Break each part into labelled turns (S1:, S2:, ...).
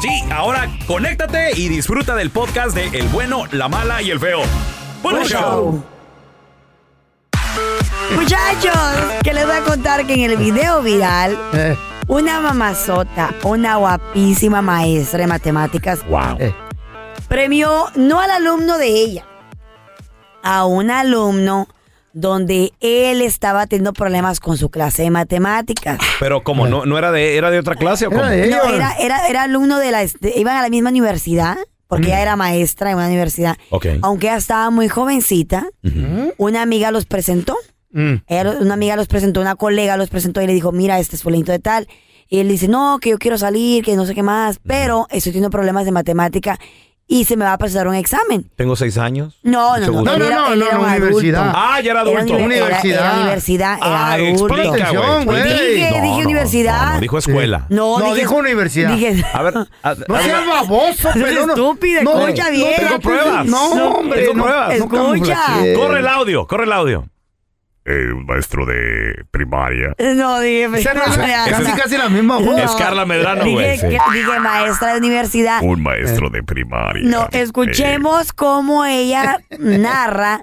S1: Sí, ahora conéctate y disfruta del podcast de El bueno, la mala y el feo. Buen
S2: Buen
S1: show.
S2: show. Muchachos, que les voy a contar que en el video viral, una mamazota, una guapísima maestra de matemáticas, premió no al alumno de ella, a un alumno donde él estaba teniendo problemas con su clase de matemáticas.
S1: Pero como no, no era de, era de otra clase o cómo?
S2: No, era, era, era alumno de la... de- iban a la misma universidad, porque
S3: Mm.
S2: ella era maestra en una universidad.
S1: Ok.
S2: Aunque ella estaba muy jovencita, una amiga los presentó. Ella lo- una amiga los presentó, una colega los presentó y le dijo, mira, este es fulanito de tal. Y él dice, no, que yo quiero salir, que no sé qué más, pero estoy teniendo problemas de matemática y se me va a presentar un examen.
S1: Tengo seis años.
S2: No, no, no.
S1: Seguro.
S2: él
S3: No, no,
S2: era-
S3: no,
S2: él
S3: no,
S2: era
S3: no,
S2: un adulto.
S3: Ah, universidad.
S1: Ah, ya era
S2: Era
S1: adulto.
S2: univer- era-
S3: Universidad.
S2: Era universidad, era
S1: Ah,
S2: adulto.
S1: explica,
S3: Pon
S1: güey.
S3: atención, güey.
S2: Dije,
S1: No,
S2: dije
S1: no, no,
S2: universidad.
S1: no, no, dijo escuela.
S2: No,
S3: No,
S2: dije-
S3: dijo universidad.
S2: Dije,
S1: A ver, a- a-
S3: No seas baboso,
S2: Eres
S3: pelón.
S2: estúpida, escucha bien.
S3: trates-
S2: Tengo
S1: pruebas.
S3: No, hombre.
S1: Tengo
S3: no-
S1: pruebas.
S3: no
S2: Escucha.
S3: camuflajees.
S1: corre el audio, corre el audio.
S4: Eh, un maestro de primaria.
S2: no, dije,
S3: O sea, no, es-
S2: Ya,
S3: casi,
S2: ya.
S3: casi la misma voz.
S1: Es Carla Medrano,
S2: Dije,
S1: güey.
S2: que- dije maestra de universidad.
S4: Un maestro de primaria. Eh.
S2: No, escuchemos cómo ella narra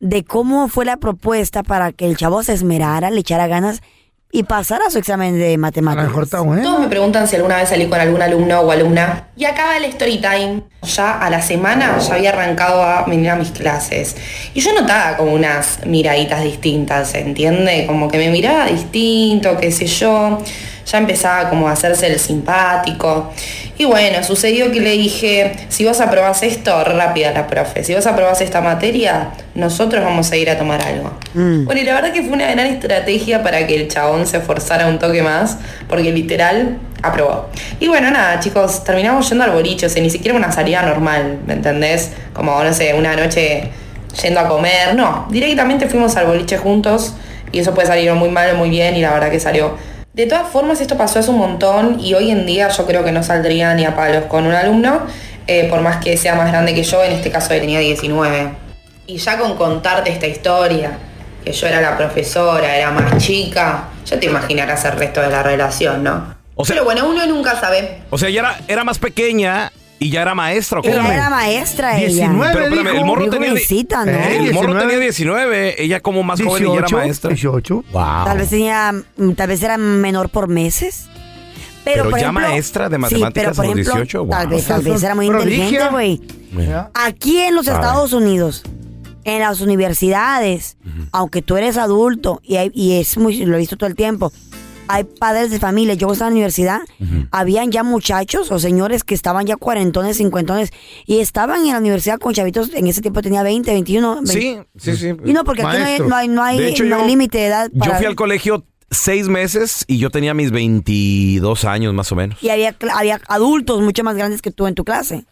S2: de cómo fue la propuesta para que el chavo se esmerara, le echara ganas y pasara su examen de
S3: A lo
S2: matemáticas.
S3: mejor está
S5: Todos me
S3: bueno.
S5: preguntan si alguna vez salí con algún alumno o alumna. Y acaba el story time. Ya a la semana ya había arrancado a venir a mis clases. Y yo notaba como unas miraditas distintas, ¿se entiende? Como que me miraba distinto, qué sé yo. Ya empezaba como a hacerse el simpático. Y bueno, sucedió que le dije, si vos aprobás esto, rápida la profe, si vos aprobás esta materia, nosotros vamos a ir a tomar algo.
S6: Mm.
S5: Bueno, y la verdad que fue una gran estrategia para que el chabón se forzara un toque más, porque literal aprobó. Y bueno, nada, chicos, terminamos yendo al boliche, o sea, ni siquiera una salida normal, ¿me entendés? Como, no sé, una noche yendo a comer, no, directamente fuimos al boliche juntos y eso puede salir o muy mal o muy bien y la verdad que salió de todas formas, esto pasó hace un montón y hoy en día yo creo que no saldría ni a palos con un alumno, eh, por más que sea más grande que yo, en este caso él tenía 19. Y ya con contarte esta historia, que yo era la profesora, era más chica, ya te imaginarás el resto de la relación, ¿no?
S1: O sea,
S5: Pero bueno, uno nunca sabe.
S1: o sea, ya era, era más pequeña y ya era maestra. ¿o cómo?
S2: Ella era maestra, ella.
S3: 19
S1: Pero espérame, el morro
S2: Dijo
S1: tenía di-
S2: Brisita, ¿no?
S3: Eh,
S1: El morro
S3: 19.
S1: tenía 19, ella como más joven y ya era
S3: 18,
S1: maestra.
S3: 18.
S1: Wow.
S2: Tal vez tenía, mm, tal vez era menor por meses. Pero,
S1: Pero
S2: por
S1: ya
S2: ejemplo-
S1: maestra de
S2: Sí,
S1: matemáticas
S2: pero, por
S1: a los
S2: ejemplo,
S1: 18, guau.
S2: Tal vez, tal vez era muy
S3: Prodigia.
S2: inteligente, güey.
S3: ¿Ya?
S2: Aquí en los Estados Unidos, en las universidades, aunque tú eres adulto y, hay- y es muy, lo he visto todo el tiempo, hay padres de familia. Yo cuando estaba en la universidad, habían ya muchachos o señores que estaban ya cuarentones, cincuentones y estaban en la universidad con chavitos. En ese tiempo tenía 20, 21. 20.
S1: Sí, sí, sí.
S2: Y no, porque aquí
S3: Maestro.
S2: no hay, no hay, no
S1: De
S2: hay,
S1: hecho,
S2: no hay
S1: yo-
S2: límite de edad.
S1: Yo
S2: para-
S1: fui al colegio seis meses y yo tenía mis 22 años más o menos.
S2: Y había, cl- había adultos mucho más grandes que tú en tu clase.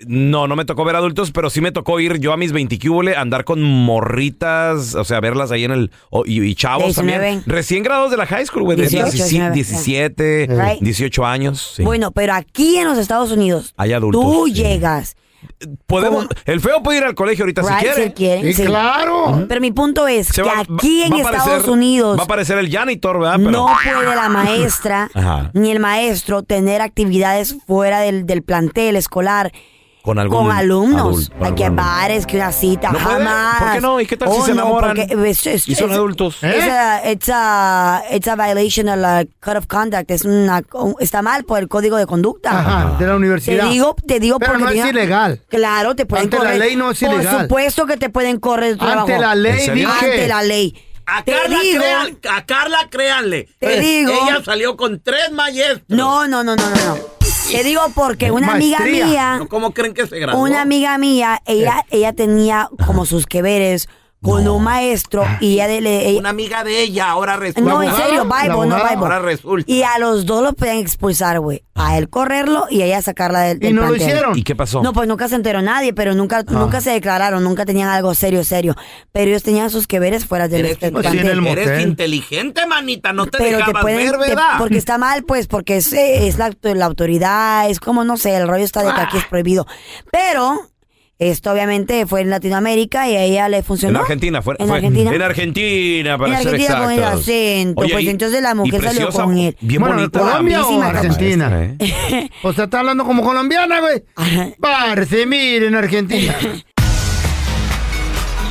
S1: No, no me tocó ver adultos, pero sí me tocó ir yo a mis 20 cúbole, andar con morritas, o sea, verlas ahí en el... o- Y, y chavos también.
S2: 19.
S1: Recién graduados de la high school, güey. de
S2: 18, 19,
S1: 17, 17,
S2: Right.
S1: 18 años. sí.
S2: Bueno, pero aquí en los Estados Unidos,
S1: Hay adultos,
S2: tú
S1: sí.
S2: llegas.
S1: Podemos,
S2: ¿cómo?
S1: el feo puede ir al colegio ahorita si
S2: right,
S1: quiere.
S2: si quiere,
S3: Sí,
S2: sí.
S3: claro.
S2: Pero mi punto es que
S1: Se va-
S2: aquí
S1: va-
S2: en
S1: va a
S2: Estados
S1: aparecer-
S2: Unidos
S1: Va a aparecer el janitor, ¿verdad? Pero-
S2: no puede la maestra
S1: Ajá.
S2: ni el maestro tener actividades fuera del, del plantel escolar.
S1: Con algún
S2: con alumnos.
S1: adulto, con
S2: Aquí hay
S1: algún adulto.
S2: bares, que una cita,
S1: ¿No puede?
S2: jamás.
S1: ¿Por qué no? ¿Y qué tal si se
S2: Oh, no,
S1: enamoran?
S2: porque eh, es- es-
S1: Y son
S2: es-
S1: adultos.
S2: Es
S3: ¿Eh?
S2: a, it's a- it's a violation of la code of conduct. Es una, oh, está mal por el código de conducta.
S3: Ajá, Ah, de la
S2: Te
S3: universidad.
S2: digo, te digo
S3: Pero
S2: porque
S3: no es
S2: tenía-
S3: ilegal.
S2: Claro, te pueden
S3: Ante la
S2: correr.
S3: ley no es ilegal.
S2: Por supuesto que te pueden correr de tu
S3: Ante
S2: trabajo.
S3: la
S1: ¿En
S3: ley,
S1: serio?
S3: dije.
S2: Ante la ley.
S7: A
S2: Te
S7: Carla,
S2: digo-
S7: crean- a Carla, créanle. Eh,
S2: Te digo-
S7: Ella salió con tres maestros.
S2: No, no, no, no, no, no. Te digo porque una amiga
S3: Maestría. Eh.
S2: mía,
S7: No, ¿Cómo creen que se graduó?
S2: una amiga mía, ella, ella tenía como sus que veres con un maestro y ella de- le- ella-
S7: Una amiga de ella, ahora resulta.
S2: No, en
S3: abogada?
S2: serio,
S3: ¿La
S2: Bible, no
S3: abogada?
S2: Bible.
S7: Ahora resulta.
S2: Y a los dos los podían expulsar, güey. A él correrlo y a ella sacarla del,
S3: Y
S2: del
S3: no lo
S2: plantel.
S3: hicieron.
S1: ¿Y qué pasó?
S2: No, pues nunca se enteró nadie, pero nunca,
S7: Ah.
S2: nunca se declararon, nunca tenían algo serio, serio. Pero ellos tenían sus que veres fuera del,
S7: Eres,
S2: del
S3: pues, sí, en
S2: plantel.
S3: el motel.
S7: eres inteligente, manita. No te
S2: pero te
S7: dejabas
S2: pueden,
S7: ver,
S2: te-
S7: ¿verdad?
S2: porque está mal, pues, porque es, eh, es la, la autoridad, es como, no sé, el rollo está de que
S7: Ah.
S2: aquí es prohibido. Pero esto obviamente fue en Latinoamérica y a ella le
S1: En
S2: funcionó.
S1: Argentina, fue,
S2: En
S1: fue-
S2: Argentina.
S1: En Argentina, para
S2: En
S1: ser
S2: Argentina con el
S1: exactos.
S2: acento, pues,
S1: y-
S2: entonces la
S1: y
S2: mujer salió
S1: preciosa,
S2: con él.
S1: Bien
S3: Bueno,
S1: bonita.
S3: ¿Colombia o
S1: guapísima la
S3: Argentina?
S1: maestra, ¿eh?
S3: O sea, está hablando como colombiana, güey. Parce, miren, Argentina.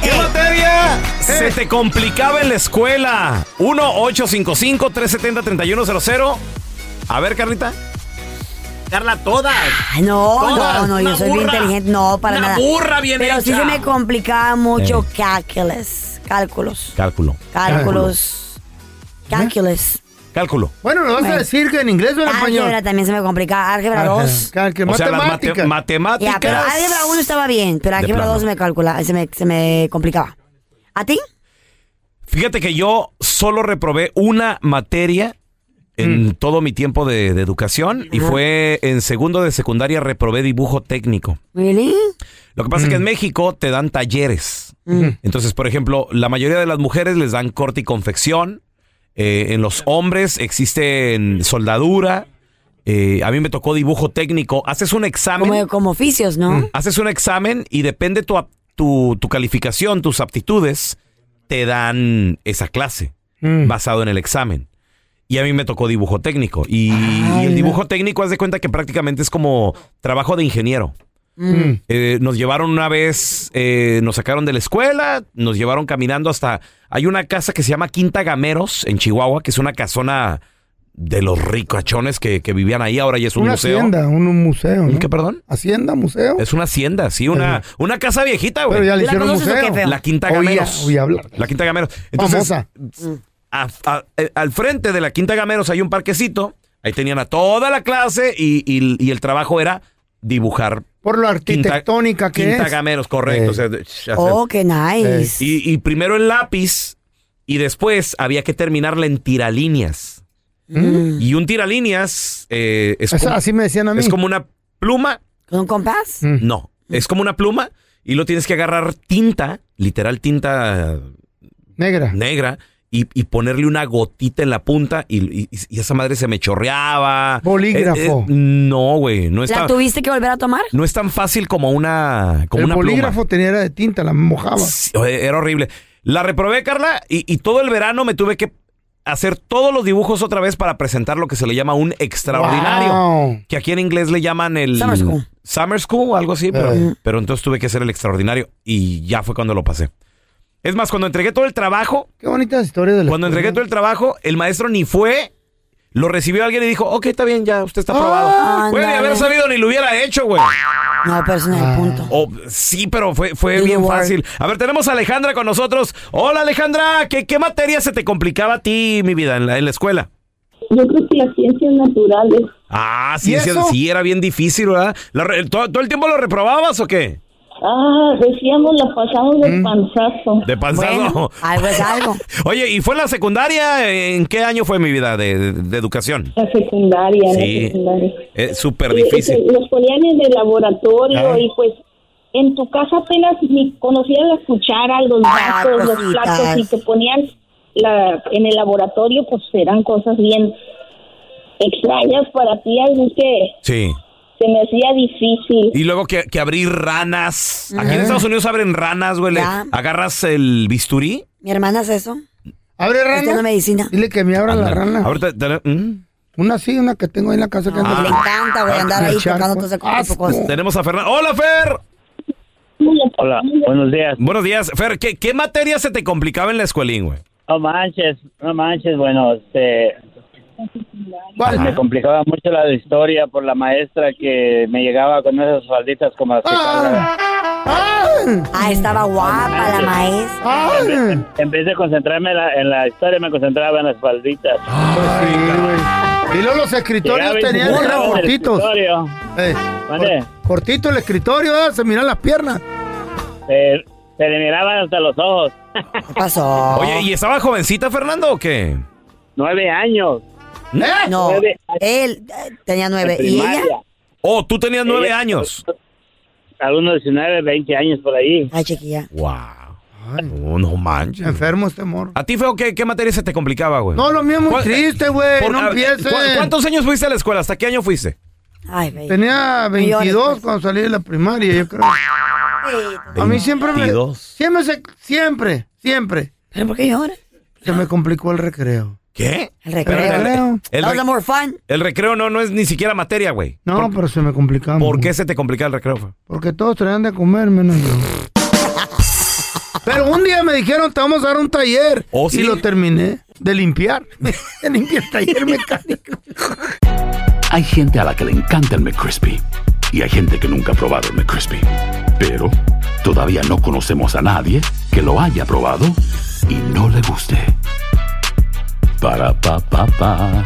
S1: ¿Qué materia? Se te complicaba en la escuela. 1-855-370-3100. A ver, Carlita.
S7: Carla, todas.
S2: Ay, No, no,
S7: Todas,
S2: no, yo
S7: una
S2: soy bien
S7: burra.
S2: inteligente. No, para
S7: Una
S2: nada.
S7: burra bien
S2: Pero sí
S7: hecha.
S2: se me complicaba mucho cálculos. Cálculos.
S1: Cálculo.
S2: Cálculos. Cálculos.
S1: Cálculo.
S3: Bueno, ¿lo vas a
S2: Bueno.
S3: decir que en inglés o en español?
S2: Álgebra también se me complicaba. Álgebra 2.
S3: Claro, que
S1: O sea, las mate-
S3: matemáticas.
S1: matemáticas.
S2: Ya, pero álgebra 1 estaba bien, pero álgebra
S1: plano.
S2: 2 se me calcula, se me, se me complicaba. ¿A ti?
S1: Fíjate que yo solo reprobé una materia en todo mi tiempo de, de educación y fue en segundo de secundaria reprobé dibujo técnico.
S2: ¿Really?
S1: Lo que pasa es que en México te dan talleres.
S2: Mm.
S1: Entonces, por ejemplo, la mayoría de las mujeres les dan corte y confección. Eh, en los hombres existen soldadura. Eh, a mí me tocó dibujo técnico. Haces un examen. ¿Mm?
S2: Como, como oficios, ¿no?
S1: Haces un examen y depende tu, ap- tu, tu calificación, tus aptitudes, te dan esa clase basado en el examen. Y a mí me tocó dibujo técnico. Y, y el dibujo técnico, haz de cuenta que prácticamente es como trabajo de ingeniero.
S2: Mm.
S1: Eh, nos llevaron una vez, eh, nos sacaron de la escuela, nos llevaron caminando hasta... Hay una casa que se llama Quinta Gameros en Chihuahua, que es una casona de los ricachones que, que vivían ahí, ahora ya es un
S3: Una
S1: museo.
S3: hacienda, un, un museo. ¿no?
S1: ¿Qué, perdón?
S3: Hacienda, museo.
S1: Es una hacienda, sí, una, una casa viejita,
S3: Pero
S1: güey.
S3: ya le
S2: ¿La
S3: hicieron
S2: conoces o
S3: museo.
S2: qué, feo?
S1: La Quinta
S3: Oía-
S1: Gameros.
S3: oía hablar.
S1: La Quinta Gameros. Entonces,
S3: Famosa.
S1: a- a- eh, al frente de la Quinta Gameros hay un parquecito. Ahí tenían a toda la clase y, y- y el trabajo era dibujar.
S3: Por lo
S1: Quinta-
S3: arquitectónica que
S1: Quinta
S3: es.
S1: Gameros, correcto.
S3: Eh.
S1: o sea, de- hacer-
S2: Oh, qué nice.
S1: Eh, y, y primero el lápiz y después había que terminarla en tiralíneas.
S2: Mm.
S1: Y un tiralíneas eh, es,
S3: O sea,
S1: como,
S3: así me decían a mí. Mm.
S1: es como una pluma
S2: ¿Con un compás?
S1: no, es como una pluma y lo tienes que agarrar tinta, literal tinta
S3: Negra.
S1: negra, y, y ponerle una gotita en la punta y, y- y esa madre se me chorreaba. Eh,
S3: Bolígrafo.
S1: no, güey, no es,
S2: ¿La
S1: tan,
S2: tuviste que volver a tomar?
S1: no es tan fácil como una, como
S3: el
S1: una
S3: bolígrafo
S1: pluma.
S3: tenía era de tinta, la mojaba.
S1: Sí, oye, Era horrible. La reprobé, Carla, y, y todo el verano me tuve que hacer todos los dibujos otra vez para presentar lo que se le llama un extraordinario.
S3: Wow.
S1: Que aquí en inglés le llaman el...
S3: Summer school.
S1: Summer school o algo así, pero,
S3: Eh.
S1: pero entonces tuve que hacer el extraordinario y ya fue cuando lo pasé. Es más, cuando entregué todo el trabajo...
S3: Qué bonitas historias de la
S1: Cuando entregué todo el trabajo, el maestro ni fue... Lo recibió alguien y dijo, ok, está bien, ya, usted está aprobado.
S2: Ah,
S1: Güey, de
S2: ándale.
S1: haber sabido ni lo hubiera hecho, güey.
S2: No, pero ese no es
S3: Ah.
S2: el punto.
S1: Oh, sí, pero fue, fue
S2: Little
S1: bien
S2: boy.
S1: fácil. A ver, tenemos a Alejandra con nosotros. Hola, Alejandra. ¿Qué, qué materia se te complicaba a ti, mi vida, en la, en la escuela?
S8: Yo creo que las ciencias naturales,
S1: Ah,
S8: ¿Y
S1: sí, sí,
S8: eso?
S1: sí, era bien difícil, ¿verdad? La re- ¿todo, todo el tiempo lo reprobabas o qué?
S8: ah, decíamos, las pasamos de panzazo.
S1: Mm. De panzazo.
S2: algo es algo.
S1: Oye, ¿y fue en la secundaria? ¿En qué año fue mi vida de, de- de educación?
S8: La secundaria,
S1: Sí.
S8: la secundaria.
S1: Es súper
S8: Sí,
S1: difícil.
S8: se- Los ponían en el laboratorio
S1: Ah.
S8: y pues en tu casa apenas ni conocías las cucharas, los
S2: Ah,
S8: vasos, los
S2: cositas.
S8: platos y te ponían la, en el laboratorio, pues eran cosas bien extrañas para ti, así que
S1: Sí.
S8: se me hacía difícil.
S1: Y luego que, que abrir ranas. Aquí en
S2: Ajá.
S1: Estados Unidos abren ranas, güey. Le
S2: Ya.
S1: Agarras el bisturí.
S2: Mi hermana hace eso.
S3: ¿Abre rana?
S2: Está en la medicina.
S3: Dile que me abran la rana.
S1: Ahorita, te- ¿Mm? Ah.
S3: Una sí, una que tengo ahí en la casa que
S2: Porque le
S3: anda.
S2: encanta, güey, andar ahí
S3: Echar
S2: tocando
S3: cosas.
S2: cosas con su cosa.
S1: Tenemos a Fernando. ¡Hola, Fer!
S9: Hola, buenos días.
S1: Buenos días. Fer, ¿qué, qué materia se te complicaba en la escuelín, güey?
S9: No manches, no manches, bueno, este,
S3: ¿Cuál?
S9: me complicaba mucho la de historia por la maestra que me llegaba con esas falditas como las que carga.
S2: Ah, estaba guapa la maestra.
S9: En vez de concentrarme en la, en la historia, me concentraba en las falditas.
S3: Y luego los escritorios
S9: Llegaba y
S3: tenían
S9: se
S3: eran
S9: sentaba en el
S3: cortitos.
S9: escritorio.
S3: Eh,
S9: Mande.
S3: cor- cortito el escritorio, ¿verdad? se miran las piernas.
S9: Se, se le miraban hasta los ojos.
S2: ¿Qué pasó?
S1: Oye, ¿y estaba jovencita, Fernando, o qué?
S9: Nueve años.
S3: ¿Eh?
S2: no,
S9: nueve
S2: él eh, tenía nueve.
S9: en
S2: ¿Y ella?
S9: primaria.
S1: Oh, tú tenías nueve
S9: Ella-
S1: años.
S9: Algunos 19, 20 años por ahí.
S2: Ay, chiquilla.
S1: Wow.
S3: Ay,
S1: No, no manches.
S3: enfermo este morro.
S1: ¿A ti, Feo, qué, qué materia se te complicaba, güey?
S3: No, lo mío es muy
S1: ¿Cuál-
S3: triste, güey.
S1: Por-
S3: No
S1: a-
S3: empieces.
S1: ¿cu- ¿Cuántos años fuiste a la escuela? ¿Hasta qué año fuiste?
S2: Ay, baby.
S3: Tenía
S2: Millones,
S3: 22
S2: pues.
S3: cuando salí de la primaria, yo creo. A mí siempre me...
S1: 22.
S3: Siempre, se- siempre, siempre
S2: ¿Pero por qué llora?
S3: se me complicó el recreo.
S1: ¿Qué?
S2: El
S3: Pero
S2: recreo.
S3: el- recreo.
S2: That
S1: El,
S2: was
S1: re-
S2: the more fun.
S1: el recreo no, no es ni siquiera materia, güey.
S3: No, pero se me complicaba.
S1: ¿Por
S3: mucho.
S1: qué se te complicaba el recreo, Feo?
S3: Porque todos tenían de comer menos yo. Pero un día me dijeron, te vamos a dar un taller.
S1: ¿Oh, sí?
S3: Y lo terminé de limpiar. de limpiar el taller mecánico.
S10: Hay gente a la que le encanta el McCrispy y hay gente que nunca ha probado el McCrispy. Pero todavía no conocemos a nadie que lo haya probado y no le guste. Para pa pa pa.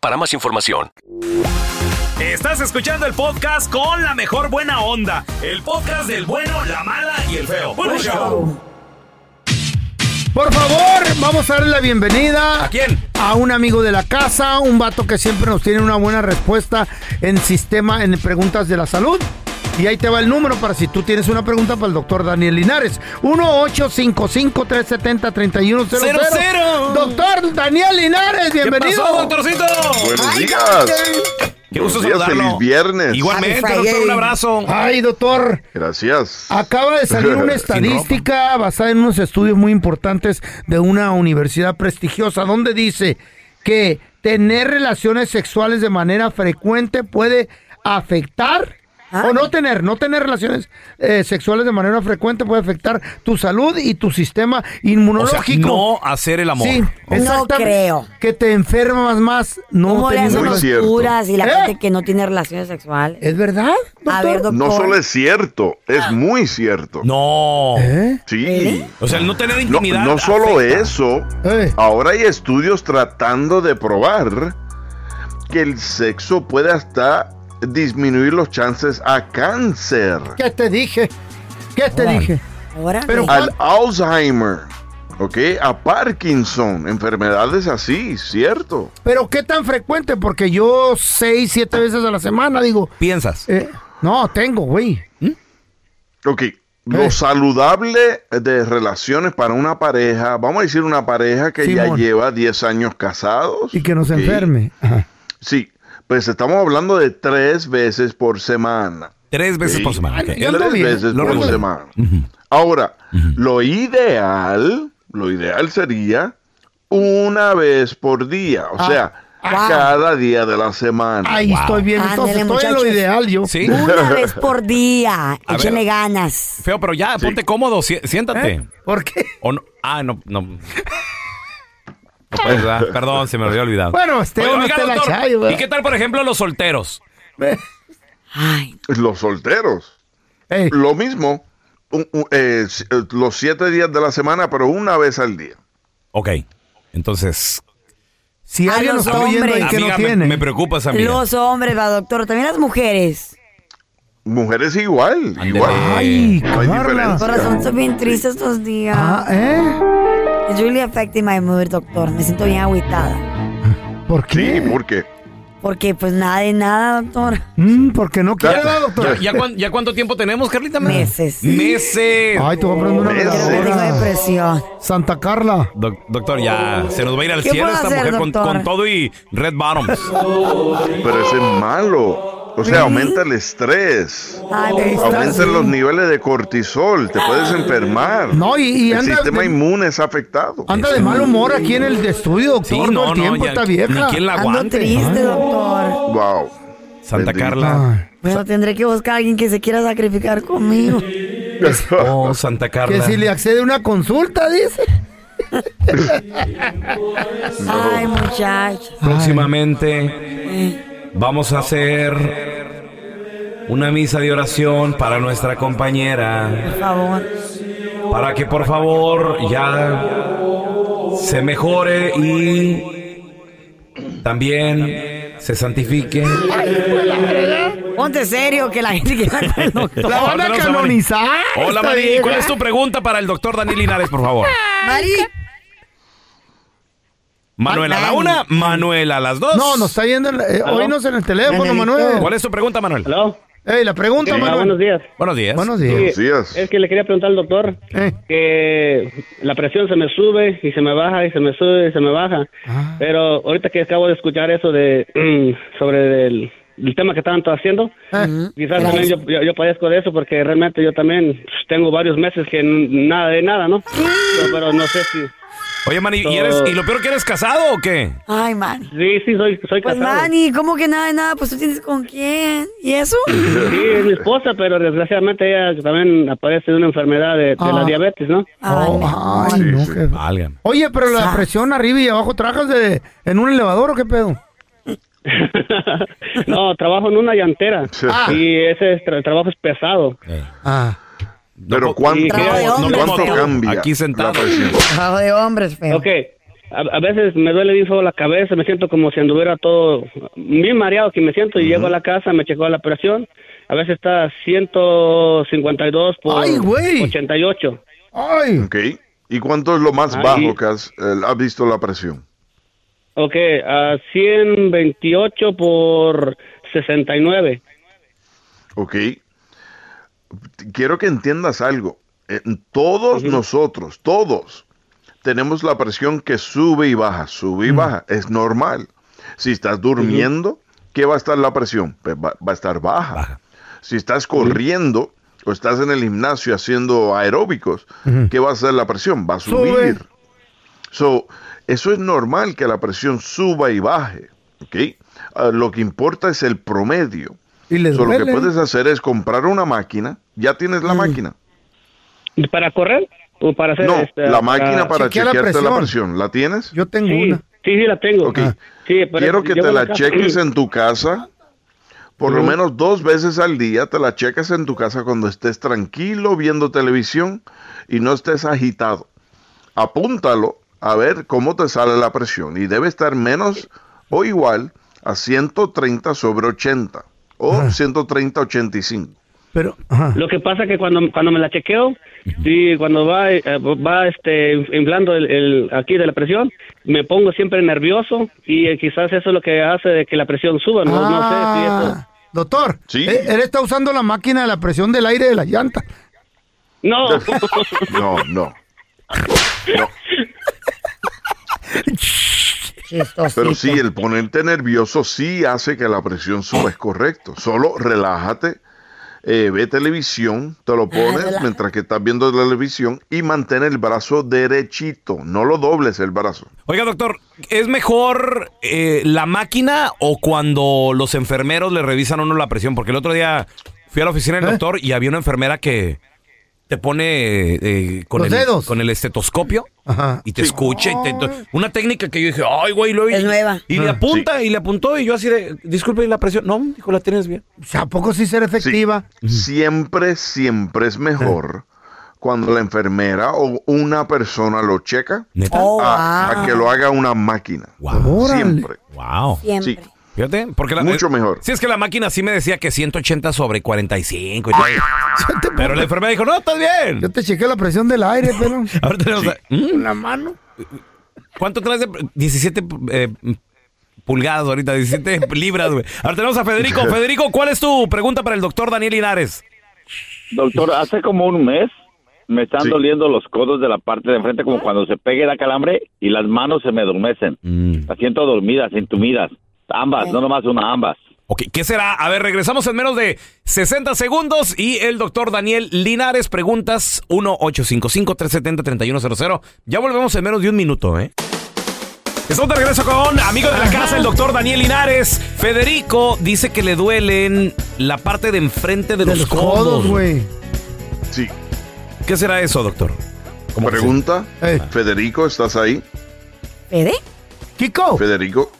S11: para más información.
S1: Estás escuchando el podcast con la mejor buena onda. El podcast del bueno, la mala y el feo. Bueno, show.
S3: Por favor, vamos a darle la bienvenida.
S1: ¿A quién?
S3: A un amigo de la casa, un vato que siempre nos tiene una buena respuesta en sistema, en preguntas de la salud. Y ahí te va el número para si tú tienes una pregunta para el doctor Daniel Linares. 1-855-370-3100. Doctor Daniel Linares,
S1: ¿Qué
S3: bienvenido.
S1: pasó, doctorcito?
S12: Buenos días.
S1: Qué gusto
S12: Buenos días,
S1: saludarlo.
S12: feliz viernes.
S1: Igualmente,
S2: Happy Friday.
S1: doctor, un abrazo.
S3: Ay, doctor.
S12: Gracias.
S3: Acaba de salir una estadística basada en unos estudios muy importantes de una universidad prestigiosa, donde dice que tener relaciones sexuales de manera frecuente puede afectar
S2: Ah.
S3: O no tener, no tener relaciones eh, sexuales de manera frecuente puede afectar tu salud y tu sistema
S1: O sea,
S3: inmunológico.
S1: no hacer el amor.
S3: Sí, exactamente.
S2: creo.
S3: Que te enfermas más. No
S2: ¿Cómo le
S3: teniendo
S2: hacen los
S3: relaciones.
S2: curas y la
S3: ¿Eh?
S2: gente que no tiene relaciones sexuales?
S3: ¿Es verdad?
S2: A ver, doctor. Ah.
S12: No solo es cierto, es muy cierto.
S1: No.
S3: ¿Eh?
S12: Sí.
S1: O sea, el no tener
S12: No,
S1: intimidad.
S12: no solo
S1: afecta.
S12: eso,
S3: Eh.
S12: ahora hay estudios tratando de probar que el sexo puede hasta disminuir los chances a cáncer,
S3: ¿Qué te dije? ¿Qué te dije?
S2: Ahora.
S3: Pero
S12: al Alzheimer, ¿ok? A Parkinson, enfermedades así, ¿cierto?
S3: Pero qué tan frecuente, porque yo seis, siete veces a la semana digo. Eh,
S1: ¿Piensas?
S3: no, tengo, güey.
S12: ¿Mm? Ok,
S3: Eh.
S12: lo saludable de relaciones para una pareja, vamos a decir una pareja que ya
S3: Simón.
S12: lleva 10 años casados.
S3: Y que no se
S12: ok.
S3: enferme. Ajá.
S12: Sí, pues estamos hablando de tres veces por semana.
S1: Tres veces
S12: Sí.
S1: por semana. ok.
S12: Tres veces
S1: Lo
S12: por
S1: regular.
S12: semana. Ahora, lo ideal, lo ideal sería una vez por día, o
S3: Ah.
S12: sea,
S3: Wow.
S12: cada día de la semana.
S3: Ahí estoy bien, entonces
S2: Ándele,
S3: estoy en lo
S2: muchachos.
S3: ideal yo.
S1: Sí.
S2: Una vez por día.
S1: A ver.
S2: Échenle ganas.
S1: Feo, pero ya, Ah, ponte cómodo, si- siéntate.
S2: ¿Eh?
S3: ¿Por qué?
S1: O no- ah, no, no. ¿Verdad? Perdón, se me había olvidado.
S3: Bueno, este
S1: Oiga,
S3: no
S1: oiga,
S3: está la
S1: doctor,
S3: chayo, ¿verdad?
S1: ¿Y qué tal, por ejemplo, los solteros?
S12: Los solteros. Lo mismo, un- un- eh, si- eh, los siete días de la semana, pero una vez al día.
S1: Ok, entonces.
S3: Si
S2: A alguien los nos está oyendo hombres. ahí que no
S1: Amiga, me-
S2: tiene.
S1: Me, preocupas, amiga.
S2: Los hombres, va, doctor. También las mujeres.
S12: Mujeres igual, igual.
S1: Ay,
S12: no hay
S2: Por
S12: diferencia.
S2: razón, son bien tristes estos días. Ah,
S3: ¿eh?
S2: It's really affecting my mood, doctor. Me siento bien agüitada.
S3: ¿Por
S12: qué? Sí, ¿por qué?
S2: Porque, pues, nada de nada, doctor.
S3: Mm, porque no quiere,
S1: ¿Ya, ya cuán- ya cuánto tiempo tenemos, Carlita? Meses. Meses.
S3: Ay, te voy a prender una veladora. Santa Carla.
S1: Doc- doctor, ya se nos va a ir al
S3: ¿Qué
S1: cielo
S3: puedo
S1: esta
S3: hacer,
S1: mujer con,
S3: doctor?
S1: con todo y red bottoms.
S12: Pero eso es malo. O sea, aumenta el estrés.
S2: Ay,
S3: pero está
S12: Aumentan
S3: bien.
S12: los niveles de cortisol. Te puedes enfermar.
S3: No, y- y
S12: el
S3: anda-
S12: sistema inmune es afectado.
S3: Anda de mal humor aquí en el de estudio, doctor.
S12: Sí,
S3: todo
S12: no,
S3: el
S12: no,
S3: tiempo
S12: ya-
S3: está vieja. Ah.
S12: ni quien la Ando aguante. triste,
S2: doctor.
S12: Wow.
S1: Santa
S12: Bendito.
S1: Carla.
S2: Bueno, tendré que buscar a alguien que se quiera sacrificar conmigo.
S1: Oh, Santa
S3: Que
S1: Carla.
S3: si le accede una consulta, dice.
S2: Ay, muchacho.
S1: Próximamente vamos a hacer una misa de oración para nuestra compañera.
S2: Por favor.
S1: Para que por favor ya se mejore y también se santifique.
S2: Ponte serio que la gente que va con el doctor.
S1: La van a Órdenos a Mari.
S3: canonizar.
S1: Hola Mari, ¿cuál es tu pregunta para el doctor Daniel Linares, por favor?
S2: Mari.
S1: Manuel a la
S3: Dani.
S1: una, Manuel a las dos.
S3: No, nos está yendo el- eh,
S1: Aló.
S3: oírnos en el teléfono, Manuel.
S1: ¿Cuál es tu pregunta, Manuel?
S3: Ey, la pregunta,
S13: Ah,
S3: Manuel.
S13: buenos días.
S1: Buenos días.
S3: Buenos días. Eh. Buenos días.
S13: Es que le quería preguntar al doctor que la presión se me sube y se me baja y se me sube y se me baja.
S3: Ah.
S13: Pero ahorita que acabo de escuchar eso de mm, sobre el, el tema que estaban todos haciendo,
S3: Eh.
S2: Mm.
S13: quizás también yo, yo, yo padezco de eso porque realmente yo también pues, tengo varios meses que n- nada de nada, ¿no? Pero, pero no sé si...
S1: Oye, Mari, ¿y, eres- y lo peor que eres casado o qué?
S2: Ay, man.
S13: Sí, sí, soy, soy
S2: Pues,
S13: casado.
S2: Mani, ¿cómo que nada de nada? Pues tú tienes con quién. ¿Y eso?
S13: Sí, es mi esposa, pero desgraciadamente ella también aparece de una enfermedad de, de
S2: Ah.
S13: la diabetes, ¿no?
S12: Oh,
S3: Ay, no, qué-
S1: Válgame.
S3: Oye, pero la presión arriba y abajo, ¿trabajas de, en un elevador o qué pedo?
S13: No, trabajo en una llantera
S3: Ah.
S13: y ese es tra- el trabajo es pesado.
S3: Eh,
S12: Pero ¿cuánto, cuánto cambia?
S1: sentado.
S2: Trabajo Ah, de hombres, feo.
S13: Ok, a, a veces me duele bien feo la cabeza, me siento como si anduviera todo bien mareado que me siento y llego a la casa, me checo la presión, a veces está 152 por
S12: Ay, güey.
S13: 88.
S3: Ay.
S12: Ok. ¿Y cuánto es lo más
S13: Ay.
S12: bajo que has, eh, has visto la presión?
S13: Ok, a 128 por 69.
S12: Ok. Quiero que entiendas algo. Eh, todos nosotros, todos, tenemos la presión que sube y baja, sube y baja. Es normal. Si estás durmiendo, ¿qué va a estar la presión? Pues va, va a estar baja. Si estás corriendo o estás en el gimnasio haciendo aeróbicos, ¿qué va a hacer la presión? Va a
S3: Sube.
S12: subir. So, eso es normal que la presión suba y baje. ¿ok? Ah, lo que importa es el promedio.
S3: Y les
S12: So, lo que
S3: duele. Mm.
S12: puedes hacer es comprar una máquina. Ya tienes la máquina.
S13: ¿Para correr? ¿O para hacer
S12: No,
S13: este,
S12: la máquina para
S13: chequear
S12: chequearte la presión. ¿La tienes?
S3: Yo tengo
S13: Sí,
S3: una.
S13: Sí, sí, la tengo. Sí, pero
S12: Quiero que
S13: yo
S12: te
S13: voy
S12: la
S13: acá.
S12: cheques en tu casa. Por lo
S13: Ujú.
S12: menos dos veces al día te la checas en tu casa cuando estés tranquilo viendo televisión y no estés agitado. Apúntalo a ver cómo te sale la presión y debe estar menos o igual a 130 sobre 80 o
S3: Ah.
S12: 130-85.
S3: Pero
S13: lo que pasa es que cuando, cuando me la chequeo, sí, cuando va, eh, va este, inflando el, el- aquí de la presión, me pongo siempre nervioso y eh, quizás eso es lo que hace de que la presión suba. No, No sé si eso-
S3: Ah, Doctor, eh, él está usando la máquina de la presión del aire de la llanta.
S13: No.
S12: No, no. Pero sí,
S1: pues.
S12: el ponerte nervioso sí hace que la presión suba, es correcto. Solo relájate, eh, ve televisión, te
S1: Ah,
S12: lo pones
S14: relá-
S12: mientras que estás viendo televisión y mantén el brazo derechito, no lo dobles el brazo.
S1: Oiga, doctor, ¿es mejor eh, la máquina o cuando los enfermeros le revisan a uno la presión? Porque el otro día fui a la oficina
S3: ¿Eh?
S1: del doctor y había una enfermera que te pone eh, con,
S3: Los
S1: el,
S3: dedos.
S1: con el estetoscopio
S3: Ajá.
S1: y te escucha. Y te- te- una técnica que yo dije, ay, güey, lo Es nueva. Y le
S3: Ah.
S1: apunta y le apuntó y yo así de, disculpe, ¿y la presión? No, dijo, la tienes bien.
S3: ¿A poco sí será efectiva?
S12: Siempre, siempre es mejor cuando la enfermera o una persona lo checa
S1: ¿Neta?
S12: a,
S1: Oh,
S12: a
S1: wow.
S12: que lo haga una máquina. Siempre.
S1: Wow.
S12: Sí.
S1: Fíjate, porque la, eh,
S12: Mucho mejor.
S1: Si es que la máquina sí me decía que 180 sobre 45. y todo. Pero la enfermera dijo, no, estás bien.
S3: Yo te chequeé la presión del aire, pero.
S1: Ahora tenemos a- ¿Mm?
S3: la mano.
S1: ¿Cuánto traes de 17 eh, pulgadas ahorita? 17 libras, güey. Ahora tenemos a Federico. Federico, ¿cuál es tu pregunta para el doctor Daniel Linares?
S15: Doctor, hace como un mes me están doliendo los codos de la parte de enfrente, como cuando se pegue la calambre y las manos se me adormecen.
S1: Mm.
S15: Las siento dormidas, entumidas. Ambas, no nomás una, ambas.
S1: Ok, ¿qué será? A ver, regresamos en menos de 60 segundos y el doctor Daniel Linares preguntas 1-855-370-3100. Ya volvemos en menos de un minuto, ¿eh? Estamos de regreso con amigo de la casa, el doctor Daniel Linares. Federico dice que le duelen la parte de enfrente de, los, codos.
S3: güey.
S12: Sí.
S1: ¿Qué será eso, doctor?
S12: Pregunta, Federico, ¿estás ahí?
S2: ¿Pede?
S3: Kiko.
S12: Federico.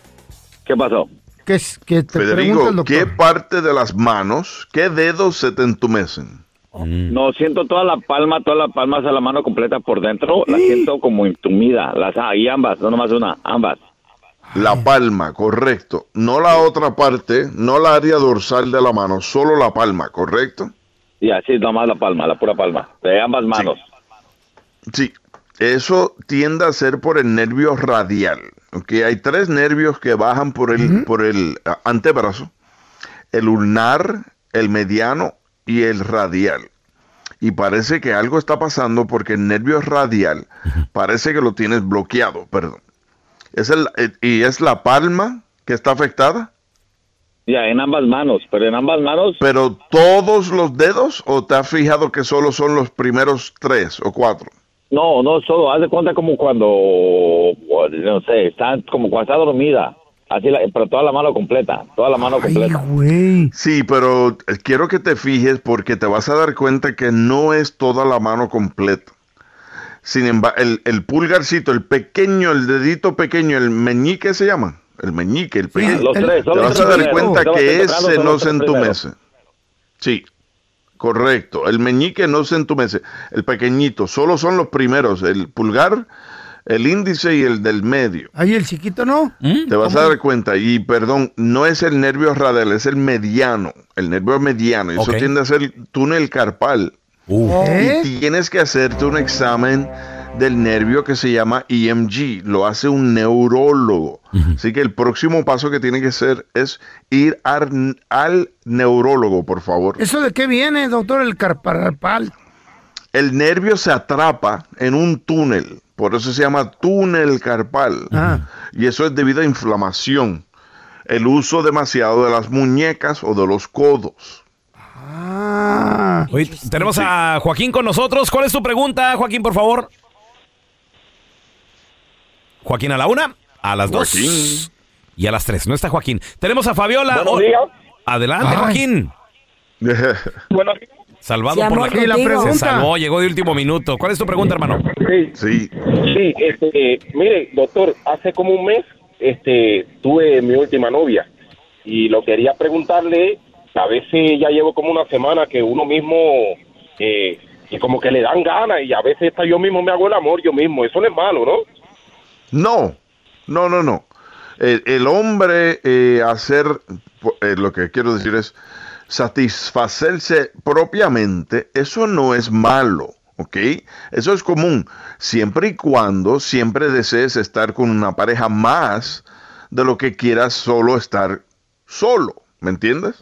S15: ¿Qué pasó?
S3: Que, es- que te pregunta el
S12: Federico,
S3: doctor.
S12: ¿qué parte de las manos, qué dedos se te entumecen?
S15: No, siento toda la palma, toda la palma de la mano completa por dentro. La siento como entumida. Las, ahí ambas, no nomás una, ambas.
S12: La palma, correcto. No la otra parte, no la área dorsal de la mano, solo la palma, ¿correcto?
S15: Y así es nomás la palma, la pura palma. De ambas manos.
S12: Sí, eso tiende a ser por el nervio radial. ¿ok? Hay tres nervios que bajan por el, por el ah, antebrazo, el ulnar, el mediano y el radial. Y parece que algo está pasando porque el nervio radial parece que lo tienes bloqueado, perdón. Es el, eh, y es la palma que está afectada.
S15: Ya, en ambas manos, pero en ambas manos.
S12: ¿Pero todos los dedos o te has fijado que solo son los primeros tres o cuatro?
S15: No, no solo, haz de cuenta como cuando, o, no sé, está como cuando está dormida, así, la, pero toda la mano completa, toda la mano completa.
S12: Sí, pero eh, quiero que te fijes porque te vas a dar cuenta que no es toda la mano completa. Sin embargo, el, el pulgarcito, el pequeño, el dedito pequeño, el meñique se llama. El meñique, el pequeño.
S15: los tres,
S12: te
S15: son los
S12: vas a
S15: tres
S12: dar
S15: primeros.
S12: cuenta
S15: Estamos
S12: que
S15: tocando,
S12: ese
S15: son
S12: no
S15: los
S12: se
S15: tres primeros.
S12: entumece. Sí, correcto. El meñique no se entumece. El pequeñito, solo son los primeros. El pulgar, el índice y el del medio.
S3: Ahí el chiquito no.
S12: Te vas a dar cuenta, y perdón, no es el nervio radial, es el mediano, el nervio mediano, y
S1: Ok.
S12: eso tiende a ser el túnel carpal.
S3: ¿Eh?
S12: Y tienes que hacerte un examen del nervio que se llama EMG, lo hace un neurólogo. Así que el próximo paso que tiene que hacer es ir ar- al neurólogo, por favor.
S3: ¿Eso de qué viene, doctor? El carparpal.
S12: El nervio se atrapa en un túnel, por eso se llama túnel carpal. Y eso es debido a inflamación, el uso demasiado de las muñecas o de los codos.
S1: Oye, tenemos a Joaquín con nosotros. ¿Cuál es tu pregunta, Joaquín, por favor? Joaquín a la una, a las dos y a las tres. No está Joaquín. Tenemos a Fabiola.
S16: Buenos
S1: Hol-
S16: días.
S1: Adelante,
S12: Ay.
S1: Joaquín.
S14: Bueno,
S1: Salvado
S14: Sí,
S1: por
S14: amor,
S1: la,
S14: Sí, la contigo. pregunta.
S1: Se salvó, llegó de último minuto. ¿Cuál es tu pregunta, hermano?
S14: Sí.
S12: Sí.
S14: Sí, este, mire, doctor, hace como un mes este, tuve mi última novia y lo quería preguntarle, es, a veces ya llevo como una semana que uno mismo, eh, que como que le dan ganas y a veces hasta yo mismo me hago el amor yo mismo, eso no es malo, ¿no?
S12: No, no, no, no. El, el hombre eh, hacer, eh, lo que quiero decir es, satisfacerse propiamente, eso no es malo, ¿ok? Eso es común, siempre y cuando siempre desees estar con una pareja más de lo que quieras solo estar solo, ¿me entiendes?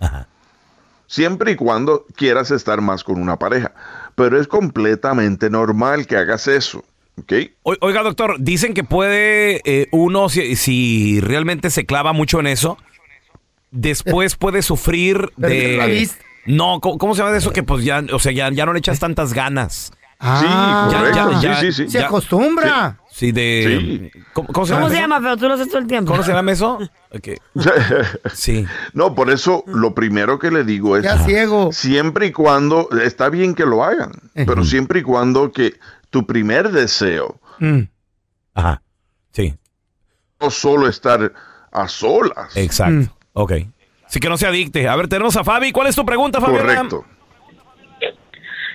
S12: siempre y cuando quieras estar más con una pareja. Pero es completamente normal que hagas eso, ¿ok?
S1: O- Oiga, doctor, dicen que puede eh, uno, si, si realmente se clava mucho en eso, después puede sufrir
S12: Perder la
S1: de...
S12: vista.
S1: No, ¿cómo, cómo se llama de eso? Que pues ya, o sea, ya, ya no le echas tantas ganas.
S3: Ah,
S1: Ya- ya-
S3: correcto.
S1: ya-
S3: Sí, sí, sí. Se
S1: ya-
S3: acostumbra.
S1: Sí, de... ¿Cómo, cómo se llama?
S2: ¿Cómo se
S1: eso?
S2: llama, pero tú lo haces todo el tiempo?
S1: ¿Cómo se llama eso? Ok. Sí.
S12: No, por eso lo primero que le digo es
S3: Ya ciego.
S12: siempre y cuando está bien que lo hagan, pero siempre y cuando que tu primer deseo
S1: Mm. Ajá. Sí.
S12: no solo estar a solas.
S3: Mm.
S1: Exacto. Ok. Así que no se adicte. A ver, tenemos a Fabi. ¿Cuál es tu pregunta, Fabi?
S12: Correcto.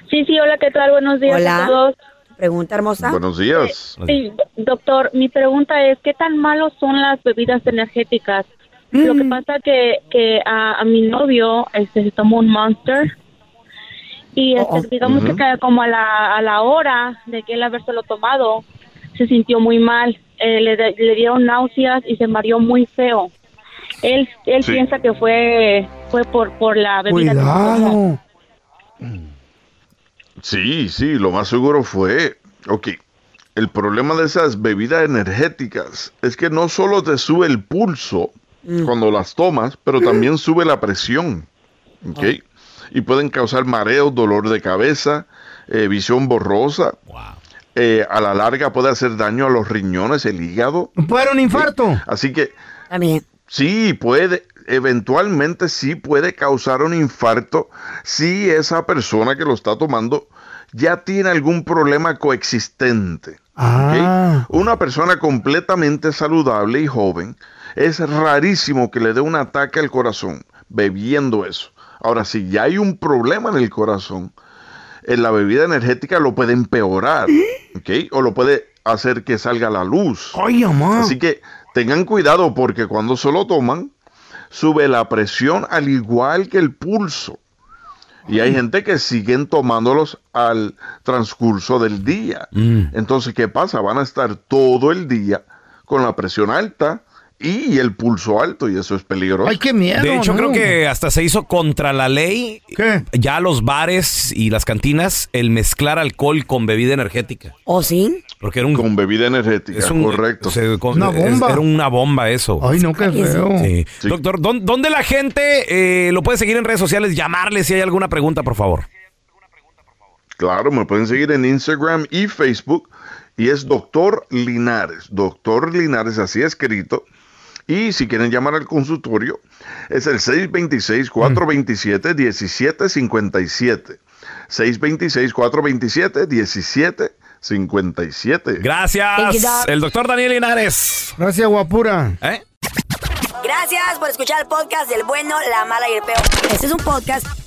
S16: Sí, sí, hola, ¿qué tal? Buenos días
S2: Hola.
S16: a todos.
S2: Pregunta hermosa.
S12: Buenos días.
S16: Sí, doctor, mi pregunta es, ¿qué tan malos son las bebidas energéticas? Lo que pasa que, que a, a mi novio este, se tomó un Monster y este,
S17: Oh, oh.
S16: digamos
S17: Ujú.
S16: que como a la, a la hora de que él habérselo tomado, se sintió muy mal. Eh, le, de- le dieron náuseas y se mareó muy feo. Él, él
S12: Sí.
S16: piensa que fue fue por, por la bebida. que se tomó.
S3: Cuidado.
S12: Sí, sí, lo más seguro fue, ok, el problema de esas bebidas energéticas es que no solo te sube el pulso cuando las tomas, pero también sube la presión, ok, y pueden causar mareos, dolor de cabeza, eh, visión borrosa, Eh, a la larga puede hacer daño a los riñones, el hígado. Eh,
S3: Puede un infarto.
S12: Así que
S2: También.
S12: Sí, puede, eventualmente sí puede causar un infarto si esa persona que lo está tomando ya tiene algún problema coexistente.
S3: Ah.
S12: Una persona completamente saludable y joven, es rarísimo que le dé un ataque al corazón bebiendo eso. Ahora, si ya hay un problema en el corazón, en eh, la bebida energética lo puede empeorar, ¿ok? O lo puede hacer que salga a la luz. Así que tengan cuidado porque cuando se lo toman, sube la presión al igual que el pulso. Y hay gente que siguen tomándolos al transcurso del día. Entonces, ¿qué pasa? Van a estar todo el día con la presión alta y el pulso alto, y eso es peligroso.
S1: De hecho, creo que hasta se hizo contra la ley. Ya los bares y las cantinas, el mezclar alcohol con bebida energética.
S2: ¿O sí?
S1: Porque era un.
S12: Con bebida energética, correcto.
S1: una bomba. Era una bomba eso.
S3: Ay, no, qué feo.
S1: Sí. Doctor, ¿dó- ¿dónde la gente eh, lo puede seguir en redes sociales? Llamarle si hay alguna pregunta, por favor.
S12: Claro, me pueden seguir en Instagram y Facebook. Y es Doctor Linares. Doctor Linares, así escrito. Y si quieren llamar al consultorio, es el 626-427-1757. 626-427-1757.
S1: Gracias. El doctor Daniel Linares.
S3: Gracias, guapura.
S1: ¿Eh?
S2: Gracias por escuchar el podcast del bueno, la mala y el peor. Este es un podcast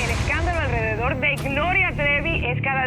S18: El escándalo alrededor de Gloria Trevi es cada